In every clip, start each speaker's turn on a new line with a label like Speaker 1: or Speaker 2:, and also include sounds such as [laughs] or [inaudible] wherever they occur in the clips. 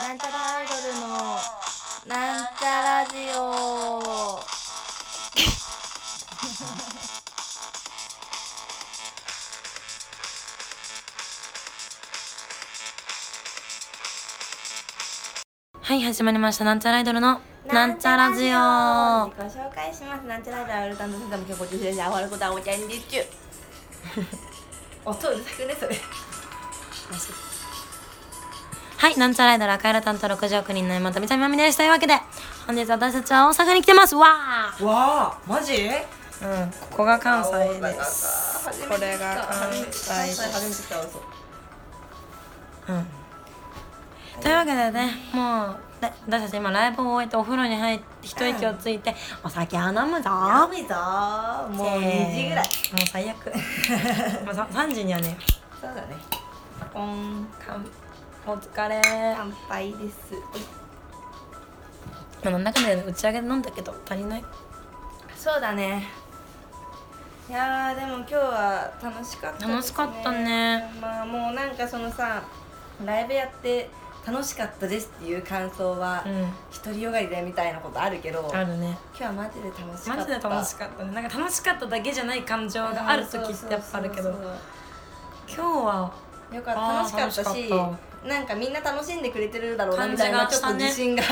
Speaker 1: なんちゃらアイドルのなんちゃラジオ
Speaker 2: はい、始まりました。なんちゃらアイドルの、なんちゃラジオ。
Speaker 1: ご紹介しますなんちゃらアイドルアイドル担当センターの今日ご中心であわることはお茶にゅっちゅ音うるさくねそれ
Speaker 2: はい、なんちゃらアイドル赤色担当60億人の妹、三谷まみです。というわけで、本日私たちは大阪に来てます。わ
Speaker 3: わあマジ
Speaker 2: ーうん、ここが関西
Speaker 3: 大阪
Speaker 2: で
Speaker 3: か
Speaker 2: す。
Speaker 3: 初めて来た
Speaker 2: これが関西です。
Speaker 1: 初めて来た嘘
Speaker 2: うん。というわけでね、もう、だ私たち今ライブを終えてお風呂に入って一息をついて、お酒を飲むぞ
Speaker 1: 寒いぞーもう2時ぐらい
Speaker 2: せーのもう最悪 [laughs] もうさ3時にはね
Speaker 1: そうだねポン
Speaker 2: 乾お疲れ
Speaker 1: 乾杯ですはい
Speaker 2: まあなんだかんだで打ち上げで飲んだけど足りない
Speaker 1: そうだねいやーでも今日は楽しかったですね
Speaker 2: 楽しかったね
Speaker 1: まあもうなんかそのさライブやって楽しかったですっていう感想は
Speaker 2: うん
Speaker 1: 独りよがりでみたいなことあるけど、
Speaker 2: あ
Speaker 1: 今
Speaker 2: るね
Speaker 1: 日はマジで楽しかった
Speaker 2: マジで楽しかったねなんか楽しかっただけじゃない感情がある時ってやっぱあるけど
Speaker 1: うんそうそう
Speaker 2: 今日は
Speaker 1: そうよかっ
Speaker 2: あー
Speaker 1: た楽しかった
Speaker 2: 楽し
Speaker 1: し
Speaker 2: か
Speaker 1: なんかみんな楽しんでくれてるだろうなみたいな
Speaker 2: 感
Speaker 1: ち
Speaker 2: じ
Speaker 1: ょっ
Speaker 2: がした
Speaker 1: と
Speaker 2: ね
Speaker 1: 自信が、
Speaker 2: うん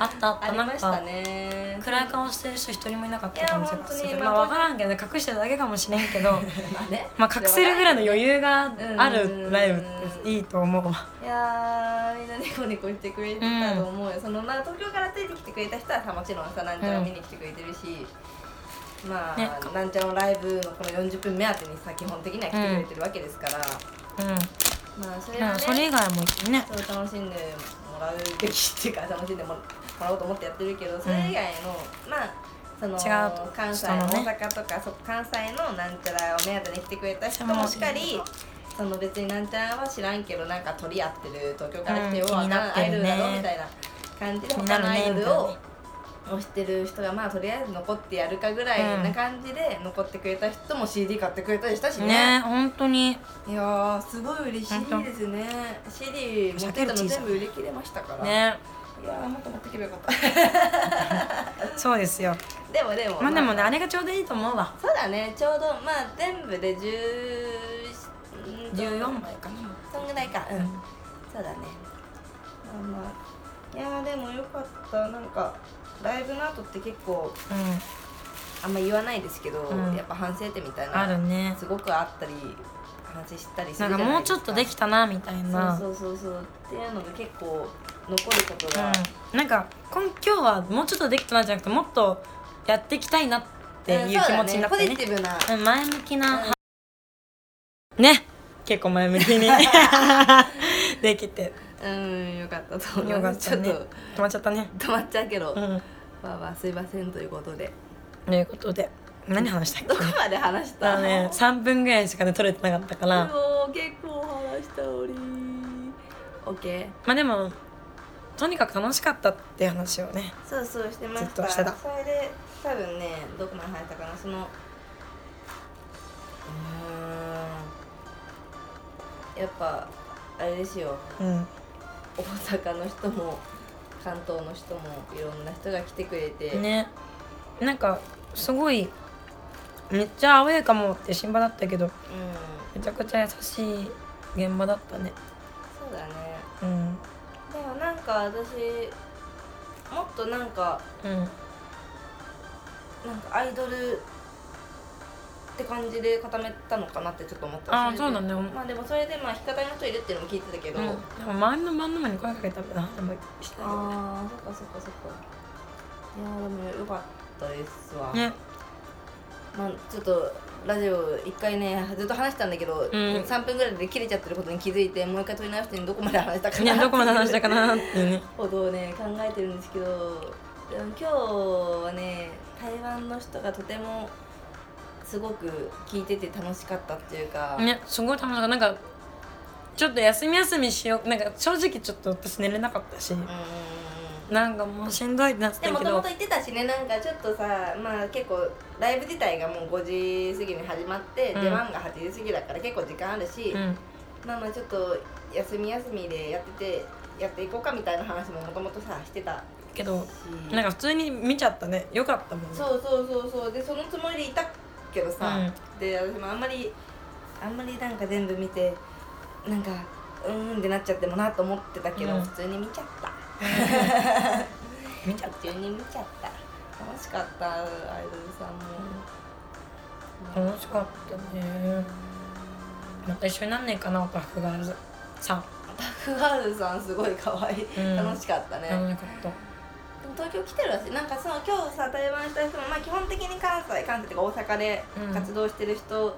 Speaker 2: あったあっ
Speaker 1: あ
Speaker 2: た
Speaker 1: り
Speaker 2: な
Speaker 1: ま
Speaker 2: ん
Speaker 1: した
Speaker 2: か
Speaker 1: ね
Speaker 2: 暗い顔してる人一人もいなかっ
Speaker 1: い
Speaker 2: た
Speaker 1: や
Speaker 2: 感じがす
Speaker 1: 本当
Speaker 2: る
Speaker 1: に
Speaker 2: まあ
Speaker 1: まあ
Speaker 2: 分からんけどね隠してるだけかもしれんけ [laughs] ど
Speaker 1: まあね
Speaker 2: まあ隠せるぐらいの余裕があるライブっていいと思うわ
Speaker 1: いやーみんなネコネコしてくれてたと思うよ、そのまあ東京からついてきてくれた人はさもちろんさなんちゃら見に来てくれてるし、まあ、
Speaker 2: ね
Speaker 1: なんちゃらのライブのこの40分目当てにさ基本的には来てくれてるわけですから、
Speaker 2: うん
Speaker 1: まあそれ
Speaker 2: で
Speaker 1: は
Speaker 2: も
Speaker 1: ね
Speaker 2: それ以外もいいね
Speaker 1: そう楽しんでもらうべきっていうか楽しんでもらおうと思ってやってるけどそれ以外の、まあその
Speaker 2: 違う
Speaker 1: 関西
Speaker 2: 人のね
Speaker 1: 大阪とかそ関西のなんちゃらを目当てに来てくれた人もしっかりその別になんちゃらは知らんけどなんか取り合ってる東京から来てよ、
Speaker 2: うん
Speaker 1: わ
Speaker 2: 気になっ
Speaker 1: かん
Speaker 2: て
Speaker 1: アイ
Speaker 2: る
Speaker 1: ド
Speaker 2: ね
Speaker 1: ルだろみたいな感じで
Speaker 2: 気にな
Speaker 1: 他
Speaker 2: る
Speaker 1: のアイ
Speaker 2: ね
Speaker 1: ド
Speaker 2: みたい
Speaker 1: ル
Speaker 2: な
Speaker 1: を推してる人がまあとりあえず残ってやるかぐらいな感じで残ってくれた人も CD 買ってくれたりしたし
Speaker 2: ねね本当に
Speaker 1: いやーすごい嬉しいですね CD 持ってたの全部売り切れましたから
Speaker 2: ね
Speaker 1: いやーもっと持ってけばよかった
Speaker 2: そうですよ
Speaker 1: [laughs] でもでも
Speaker 2: まあでもねあれがちょうどいいと思うわ
Speaker 1: そうだねちょうどまあ全部で10うんと
Speaker 2: 14枚かな
Speaker 1: そんぐらいかうん、そうだねまあまあいやーでもよかったなんかライブの後って結構
Speaker 2: う
Speaker 1: あんま言わないですけど、
Speaker 2: うん
Speaker 1: やっぱ反省点みたい
Speaker 2: んあ
Speaker 1: な
Speaker 2: るね
Speaker 1: すごくあったり話したりす
Speaker 2: な
Speaker 1: る
Speaker 2: ん
Speaker 1: じゃ
Speaker 2: か
Speaker 1: ないですか
Speaker 2: もうちょっとできたなみたいな
Speaker 1: そうそうそうそうっていうのが結構残ることが、
Speaker 2: うん、なんか今今日はもうちょっとできたなじゃなくてもっとやっていきたいなっていう気
Speaker 1: んそうだ
Speaker 2: 持
Speaker 1: ね
Speaker 2: ちになって
Speaker 1: ポジ
Speaker 2: ね,、
Speaker 1: ティブな
Speaker 2: うん前向きな、
Speaker 1: うん
Speaker 2: ね結構前向きに [laughs] できて
Speaker 1: うんよかったと思い
Speaker 2: よか
Speaker 1: ま
Speaker 2: っ
Speaker 1: す
Speaker 2: た
Speaker 1: ち
Speaker 2: ね
Speaker 1: ょっ
Speaker 2: 止まっちゃったね
Speaker 1: と止まっちゃうけど、
Speaker 2: うん
Speaker 1: まあまあすいませんということで
Speaker 2: ということで何話したっけ
Speaker 1: どこまで話し
Speaker 2: あ
Speaker 1: た
Speaker 2: のね3分ぐらいしかね取れてなかったか
Speaker 1: う
Speaker 2: ら
Speaker 1: お結構話したおりオッケー
Speaker 2: まあでもとにかく楽しかったっていう話をね
Speaker 1: そうそうしてまし
Speaker 2: ずったとしてた
Speaker 1: それで多分ねどこまで話したかなそのうーんやっぱあれですよ
Speaker 2: うん
Speaker 1: 大阪の人も関東の人もいろんな人が来てくれて、
Speaker 2: ねなんかすごいめっちゃアウェーかもって心配だったけど
Speaker 1: うん
Speaker 2: めちゃくちゃ優しい現場だったね
Speaker 1: そうだね
Speaker 2: うん
Speaker 1: でもなんか私もっとなんか
Speaker 2: うん
Speaker 1: なんかアイドルって感じで固めたのかなってちょっと思った
Speaker 2: あー
Speaker 1: それで
Speaker 2: そうだね
Speaker 1: まあでもそれでまあ弾き語りの人いるっていうのも聞いてたけど、あ
Speaker 2: でも周りの真ん中に声かけたんだなでも
Speaker 1: あーそっかそっかそっかいやーでもよかったですわ、
Speaker 2: ね
Speaker 1: まあ、ちょっとラジオ一回ねずっと話したんだけど、
Speaker 2: ん
Speaker 1: 3分ぐらいで切れちゃってることに気づいてもう一回撮り直してどこまで話したか
Speaker 2: い
Speaker 1: な
Speaker 2: や [laughs] どこまで話したたかなっていうね
Speaker 1: ことをね考えてるんですけどでも今日はね台湾の人がとてもすごく聞いてて楽しかったっていうか、
Speaker 2: ねすごい楽しかったなんかちょっと休み休みしようなんか正直ちょっと私寝れなかったし
Speaker 1: うーん
Speaker 2: なんかもうしんどいってなって
Speaker 1: で
Speaker 2: た
Speaker 1: も
Speaker 2: け
Speaker 1: とも
Speaker 2: ど
Speaker 1: と言ってたしねなんかちょっとさまあ結構ライブ自体がもう5時過ぎに始まって、
Speaker 2: うん
Speaker 1: 出番が8時過ぎだから結構時間あるし、
Speaker 2: うん
Speaker 1: まあまあちょっと休み休みでやっててやっていこうかみたいな話ももともとさしてた
Speaker 2: けど
Speaker 1: し
Speaker 2: なんか普通に見ちゃったねよかったもんね
Speaker 1: そうそうそうそうでそのつもりでいたけどさ、
Speaker 2: う
Speaker 1: で私もあんまりあんまりなんか全部見てなんかうーんってなっちゃってもなと思ってたけど、
Speaker 2: うん
Speaker 1: 普通に見ちゃった
Speaker 2: 見ちゃっ
Speaker 1: 普通に見ちゃった楽しかったアイドルさん
Speaker 2: た
Speaker 1: も、
Speaker 2: 楽しかったねまた一緒になんねえかなオタフガールズさん
Speaker 1: タフガールさんすごい可愛い、
Speaker 2: うん
Speaker 1: 楽しかったね、
Speaker 2: 楽しかった
Speaker 1: でも東京来てるらしいなんかその今日さ台湾した人も、まあ、基本的に関西関西とか大阪で
Speaker 2: うん
Speaker 1: 活動してる人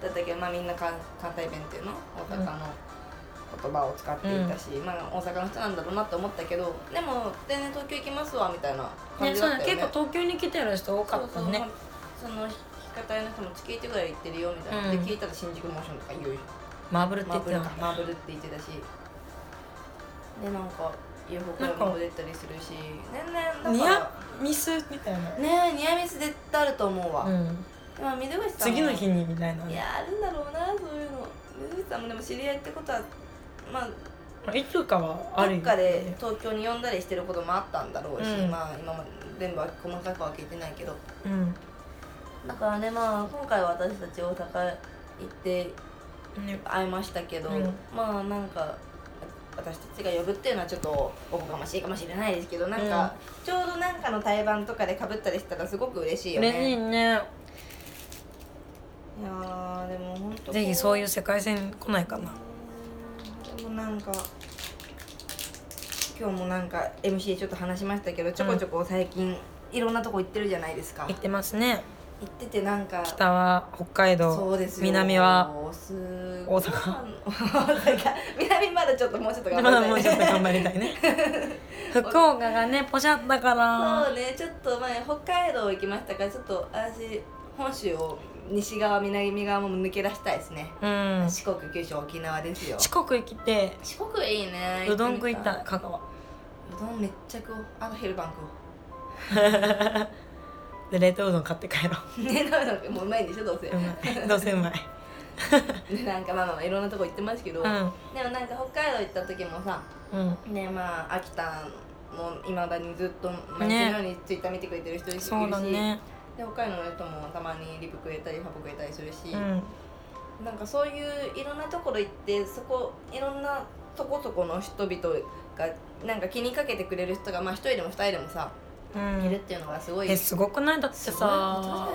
Speaker 1: だったけど、まあみんな関関西弁っていうの大阪の言葉を使っていたし、まあ大阪の人なんだろうなって思ったけどでも全然東京行きますわみたいな感
Speaker 2: ね
Speaker 1: じ
Speaker 2: そう
Speaker 1: だっ
Speaker 2: だ
Speaker 1: た
Speaker 2: ね
Speaker 1: よね
Speaker 2: 結構東京に来てる人多かったね
Speaker 1: そうそうその弾き方の人も月1ぐらい行ってるよみたいな、
Speaker 2: うん
Speaker 1: で聞いたら新宿モーションとか言う
Speaker 2: マーブルって
Speaker 1: マ
Speaker 2: 言
Speaker 1: ー
Speaker 2: っ
Speaker 1: ブ
Speaker 2: て
Speaker 1: ル
Speaker 2: た
Speaker 1: か
Speaker 2: の
Speaker 1: マーブルって言ってたしでなんか UFO クラブも出たりするし年々だ
Speaker 2: ニ
Speaker 1: から
Speaker 2: アミスみたいな
Speaker 1: ねえニアミス絶対あると思うわ、
Speaker 2: うん
Speaker 1: でも水口さんも
Speaker 2: 次の日にみたいない
Speaker 1: やあるんだろうなそういうの水口さんもでも知り合いってことはまあ
Speaker 2: いつかはある
Speaker 1: ど
Speaker 2: よ
Speaker 1: っかで東京に呼んだりしてることもあったんだろうし、
Speaker 2: うん
Speaker 1: まあ今まで全部は細かくは聞いてないけど
Speaker 2: うん
Speaker 1: だからねまあ今回は私たち大阪行って
Speaker 2: ね
Speaker 1: 会いましたけど、
Speaker 2: うん
Speaker 1: まあなんか私たちが呼ぶっていうのはちょっとおこがましいかもしれないですけどなんか、ちょうどなんかの対バンとかでかぶったりしたらすごく嬉しいよね
Speaker 2: 嬉しいね
Speaker 1: いやーでも本当
Speaker 2: ぜひそういうう世界線来ないかな
Speaker 1: ーんでもなんか今日もなんか MC ちょっと話しましたけどちょこちょこ最近いろんなとこ行ってるじゃないですか、
Speaker 2: 行ってますね
Speaker 1: 行っててなんか
Speaker 2: 北は北海
Speaker 1: そう
Speaker 2: 道
Speaker 1: ですよ
Speaker 2: 南は
Speaker 1: す
Speaker 2: 大阪
Speaker 1: 大阪南まだちょっともうちょっと
Speaker 2: ま
Speaker 1: 頑張り
Speaker 2: だ
Speaker 1: たい
Speaker 2: もうちょっと頑張りたい
Speaker 1: [laughs]
Speaker 2: ね福岡がねポシャだから
Speaker 1: そうねちょっと前北海道行きましたからちょっと私本州を西側南側も抜け出したいですね、
Speaker 2: うん
Speaker 1: 四国九州沖縄ですよ
Speaker 2: 四国行きて
Speaker 1: 四国いいね
Speaker 2: うどん食い
Speaker 1: み
Speaker 2: たい香川
Speaker 1: うどんめっちゃ食おうあのヘルパン食おう
Speaker 2: で冷凍うどん買って帰ろ
Speaker 1: ねなんかもううま [laughs] いんでしょどうせ、
Speaker 2: ううまいどうせうま
Speaker 1: [laughs]
Speaker 2: い
Speaker 1: でなんかまあまあまあいろんなとこ行ってますけど、
Speaker 2: う
Speaker 1: で
Speaker 2: ん
Speaker 1: もなんか北海道行った時もさ
Speaker 2: うん
Speaker 1: ねまあ秋田もいまだにずっと毎
Speaker 2: ね
Speaker 1: 日のようにツイッター見てくれてる人いるし、
Speaker 2: そうだね
Speaker 1: で北海道の人もたまにリプくれたりファボくれたりするし、
Speaker 2: うん
Speaker 1: なんかそういういろんなところ行ってそこいろんなとこそこの人々がなんか気にかけてくれる人がまあ一人でも二人でもさ、
Speaker 2: う
Speaker 1: いるっ
Speaker 2: ん
Speaker 1: ていうのがすごい
Speaker 2: えすごくないだって
Speaker 1: すごいことだ
Speaker 2: さ
Speaker 1: よ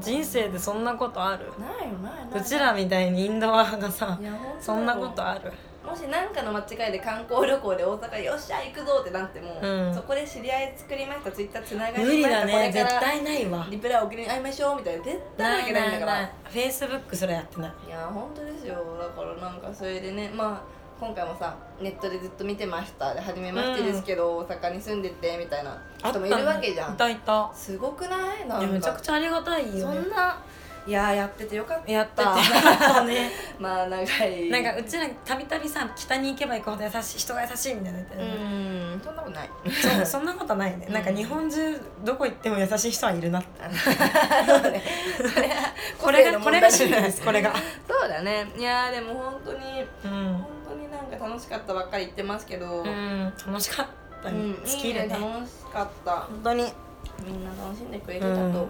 Speaker 2: 人生でそんなことある
Speaker 1: ないよないないう
Speaker 2: ちらみたいにインドア派がさ
Speaker 1: いや本当だよ
Speaker 2: そんなことある
Speaker 1: もし何かの間違いで観光旅行で大阪よっしゃ行くぞってなっても、
Speaker 2: うん
Speaker 1: そこで知り合い作りましたツイッターつながりま
Speaker 2: 無
Speaker 1: し
Speaker 2: 理
Speaker 1: た
Speaker 2: だね
Speaker 1: これ
Speaker 2: 絶
Speaker 1: から
Speaker 2: 対ないわ
Speaker 1: リプライ送りに会いましょうみたいな絶対なわ
Speaker 2: な
Speaker 1: け
Speaker 2: い
Speaker 1: ないん
Speaker 2: な
Speaker 1: だ
Speaker 2: い
Speaker 1: から
Speaker 2: ないフェイスブックそれやってない
Speaker 1: いや本当ですよだからなんかそれでねまあ今回もさネットでずっと見てましたで初めましてですけど、大阪に住んでてみたいな
Speaker 2: あった
Speaker 1: 人もいるわけじゃ
Speaker 2: い
Speaker 1: ん
Speaker 2: たいた
Speaker 1: すごくないな
Speaker 2: い
Speaker 1: んか
Speaker 2: やめちゃくちゃありがたいよ
Speaker 1: そ
Speaker 2: ね
Speaker 1: んないややっててよかった
Speaker 2: やっててあの [laughs] ね
Speaker 1: まあ長い
Speaker 2: なんかうちらたびたびさ北に行けば行くほど優しい人が優しいみたいなの言って
Speaker 1: う
Speaker 2: たよね
Speaker 1: んそんなことない
Speaker 2: そうそんなことないねなんか日本中どこ行っても優しい人はいるなって
Speaker 1: そうね。それは
Speaker 2: これが
Speaker 1: 個
Speaker 2: こ
Speaker 1: 性
Speaker 2: れが
Speaker 1: の問題
Speaker 2: 趣味ですこれが
Speaker 1: そうだね。いやーでも本当に
Speaker 2: うん
Speaker 1: 本、当になんか楽しかったばっかり言ってますけど、
Speaker 2: うん、楽しかったね、
Speaker 1: うん
Speaker 2: 好きで
Speaker 1: いい
Speaker 2: ね
Speaker 1: 楽しかった。
Speaker 2: 本当に
Speaker 1: みんな楽しんでくれてたと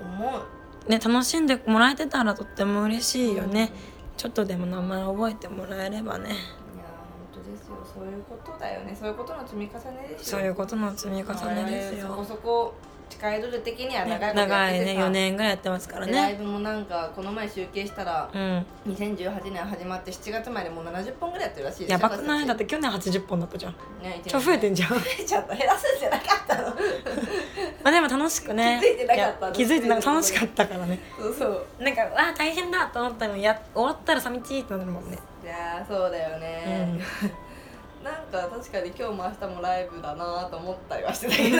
Speaker 1: 思う。
Speaker 2: ね楽しんでもらえてたらとっても嬉しいよね
Speaker 1: うん、
Speaker 2: ちょっとでも名前覚えてもらえればね
Speaker 1: いやー本当ですよ。そういうことだよね。そういうことの積み重ねですよ。
Speaker 2: そういうことの積み重ねです
Speaker 1: 我々そこ
Speaker 2: よ、
Speaker 1: そこ地下アイドル的には
Speaker 2: ね
Speaker 1: 長いことやっ
Speaker 2: 長
Speaker 1: て
Speaker 2: い
Speaker 1: て
Speaker 2: ね
Speaker 1: さ
Speaker 2: 4年ぐらいやってますから
Speaker 1: でライ
Speaker 2: ね
Speaker 1: ブもなんかこの前集計したら
Speaker 2: うん
Speaker 1: 2018年始まって7月までもう70本ぐらいやってるらしいです
Speaker 2: や
Speaker 1: よ
Speaker 2: ばくない
Speaker 1: 私
Speaker 2: だ
Speaker 1: た
Speaker 2: っ
Speaker 1: ち
Speaker 2: て去年80本だったじゃん
Speaker 1: ね一
Speaker 2: 超
Speaker 1: 年
Speaker 2: 増えてんじゃんま
Speaker 1: 増え [laughs] ちゃった減らすんじゃなかったの [laughs]
Speaker 2: あでも楽しくね
Speaker 1: 気づいてなかった
Speaker 2: や気づいてなんか楽しかったからね
Speaker 1: そうそう
Speaker 2: なんかわあ大変だと思ったのにや終わったら寂しいってなるもんね
Speaker 1: いやーそうだよね、なんか確かに今日も明日もライブだなーと思ったりはしてたけ [laughs] ど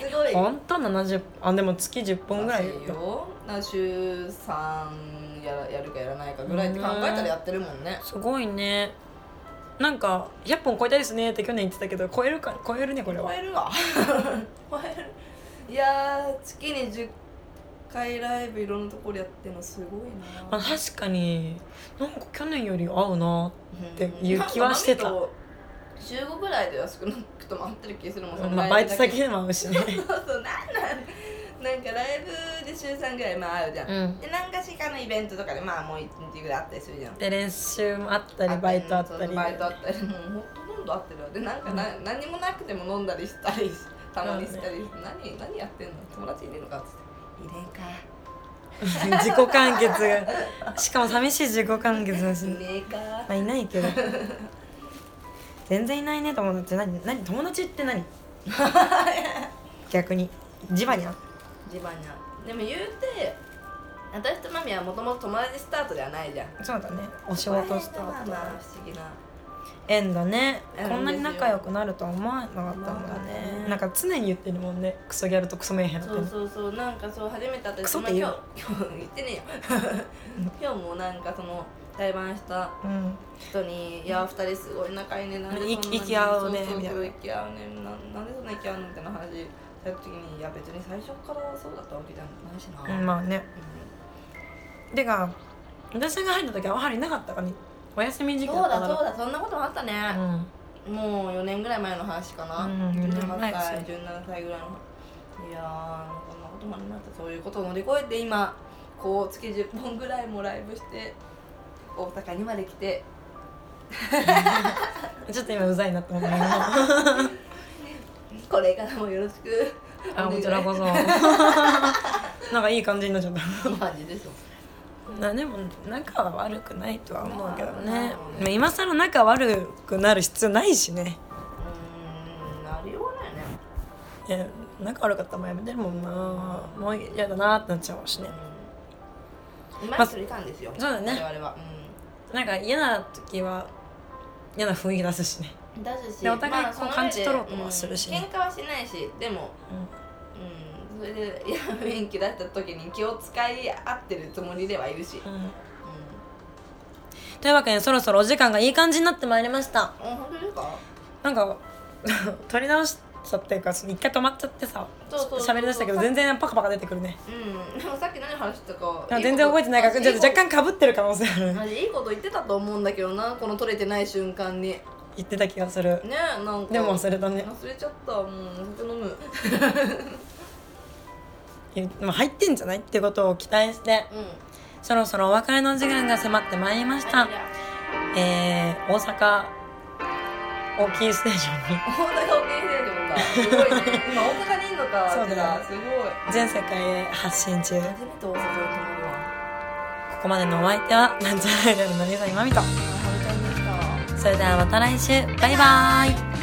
Speaker 1: すごい
Speaker 2: ほんと70あでも月10本ぐらい
Speaker 1: らしいよな週3やらやるかやらないかぐらいって考えたらやってるもんね
Speaker 2: すごいねなんか100本超えたいですねって去年言ってたけど超えるか超えるねこれ
Speaker 1: [laughs] 超
Speaker 2: は
Speaker 1: えるわ超えるいやー月に10回ライブいろんなところやってるのすごい
Speaker 2: あ
Speaker 1: な
Speaker 2: 確かになんか去年より合うなって
Speaker 1: うん
Speaker 2: いう気はしてた
Speaker 1: なんかマミと週5ぐらいでは少なくとも合ってる気するもんその
Speaker 2: まあバ
Speaker 1: ラ
Speaker 2: イ
Speaker 1: ブ
Speaker 2: ト
Speaker 1: だけ
Speaker 2: 先でも合うしね [laughs]
Speaker 1: そうそうなんなんなんかライブで週3ぐらいまあ会うじゃん、
Speaker 2: うん
Speaker 1: で何かしらのイベントとかでまあもう1日ぐらい会ったりするじゃん
Speaker 2: で練習もあったりバイトあったり
Speaker 1: バイトあったりもうほとんど会ってるわでなんかな、何もなくても飲んだりしたりしたまにしたり、何何やってんの友達いねえのかっつって入れんか
Speaker 2: [laughs] 自己完結がしかも寂しい自己完結だし、
Speaker 1: い
Speaker 2: ま
Speaker 1: ねえか
Speaker 2: あ、いないけど全然いないね友達何何友達って [laughs] 何逆にジバニャン
Speaker 1: ジバニャンでも言うて私とマミはもともと友達スタートではないじゃん
Speaker 2: そうだねお仕事した
Speaker 1: まあ
Speaker 2: 後
Speaker 1: まあ不思議な
Speaker 2: 縁だね
Speaker 1: うん
Speaker 2: こんなに仲良くなるとは思わなかったもん
Speaker 1: 思わなかった
Speaker 2: ね
Speaker 1: ね
Speaker 2: なんか常に言ってるもんねクソギャルとクソメンヘラって
Speaker 1: そうそうそうなんかそう初めて会った
Speaker 2: ク
Speaker 1: 時
Speaker 2: ソっ
Speaker 1: まあ
Speaker 2: て言う
Speaker 1: 今日今日言ってねえよ [laughs] 今日もなんかその対バンした
Speaker 2: うん
Speaker 1: 人に「いや二人すごい仲いいねなんでそんな
Speaker 2: 息息合うね
Speaker 1: そうそう
Speaker 2: みたいな
Speaker 1: 息合うねななんでそんな息合うの?」みたいな話した時に「いや別に最初からそうだったわけじゃないしな」
Speaker 2: うんまあね
Speaker 1: うん
Speaker 2: てか私が入った時はおはりなかったかねお休み時期だっ
Speaker 1: そう
Speaker 2: た
Speaker 1: だ
Speaker 2: か
Speaker 1: そう
Speaker 2: ら
Speaker 1: だそんなこともあった
Speaker 2: う
Speaker 1: ね、
Speaker 2: ん
Speaker 1: もう4年ぐらい前の話かな、
Speaker 2: うん四年前
Speaker 1: 18歳
Speaker 2: です
Speaker 1: 17歳ぐらいのいやーこんなこともありましたそういうことを乗り越えて今こう月10本ぐらいもライブして大阪にまで来て
Speaker 2: ちょっと今うざいなと
Speaker 1: [laughs]
Speaker 2: 思ったけど
Speaker 1: これからもよろしく
Speaker 2: あこち
Speaker 1: [laughs]
Speaker 2: らこそなんかいい感じになっちゃった
Speaker 1: そいい感じですよ
Speaker 2: なでも仲は悪くないとは思うけど
Speaker 1: まあ
Speaker 2: ね
Speaker 1: まあ
Speaker 2: まあ今更仲悪くなる必要ないしね
Speaker 1: うーんなりようないね
Speaker 2: いや仲悪かったらもうやめてるもんなもう嫌だなってなっちゃうしね
Speaker 1: うん今する感ですよ、
Speaker 2: そうだね
Speaker 1: 我々は
Speaker 2: なんか嫌な時は嫌な雰囲気出すしね、
Speaker 1: うんだし
Speaker 2: でお互い
Speaker 1: まあ
Speaker 2: こう
Speaker 1: その
Speaker 2: 感
Speaker 1: 上で
Speaker 2: じ取ろうとはするし
Speaker 1: うん喧嘩はしないしでもうんそれでいや雰囲気出した時に気を使い合ってるつもりではいるし、うん、
Speaker 2: う
Speaker 1: うん
Speaker 2: というわけでそろそろお時間がいい感じになってまいりました
Speaker 1: ん本当ですか
Speaker 2: なんか [laughs] 取り直しちゃっていうかその一回止まっちゃってさ
Speaker 1: そうそうそう
Speaker 2: しゃべりだしたけど全然パカパカ出てくるね
Speaker 1: うんでもさっき何話したか
Speaker 2: なんか全然覚えてないからちょっと若干
Speaker 1: 干
Speaker 2: かぶってる可能性ある [laughs]
Speaker 1: いいこと言ってたと思うんだけどなこの取れてない瞬間にね
Speaker 2: 言ってた気がする
Speaker 1: なんか
Speaker 2: でも忘れたね
Speaker 1: 忘れちゃったもうお酒飲む
Speaker 2: いやまあ入ってんじゃないってことを期待して
Speaker 1: うん
Speaker 2: そろそろお別れの時間が迫ってまいりましたえー、大阪大きいステージョンに
Speaker 1: 大阪を転生してるのかすごいね今大阪にいるのか
Speaker 2: そうだよ
Speaker 1: ってなすごい
Speaker 2: 全世界へ発信中こ
Speaker 1: 初めて大阪に泊まるわ
Speaker 2: こまでのお相手はなんちゃらアイドルのりさいまみと
Speaker 1: あはるちゃんでした
Speaker 2: それではまた来週バイバーイ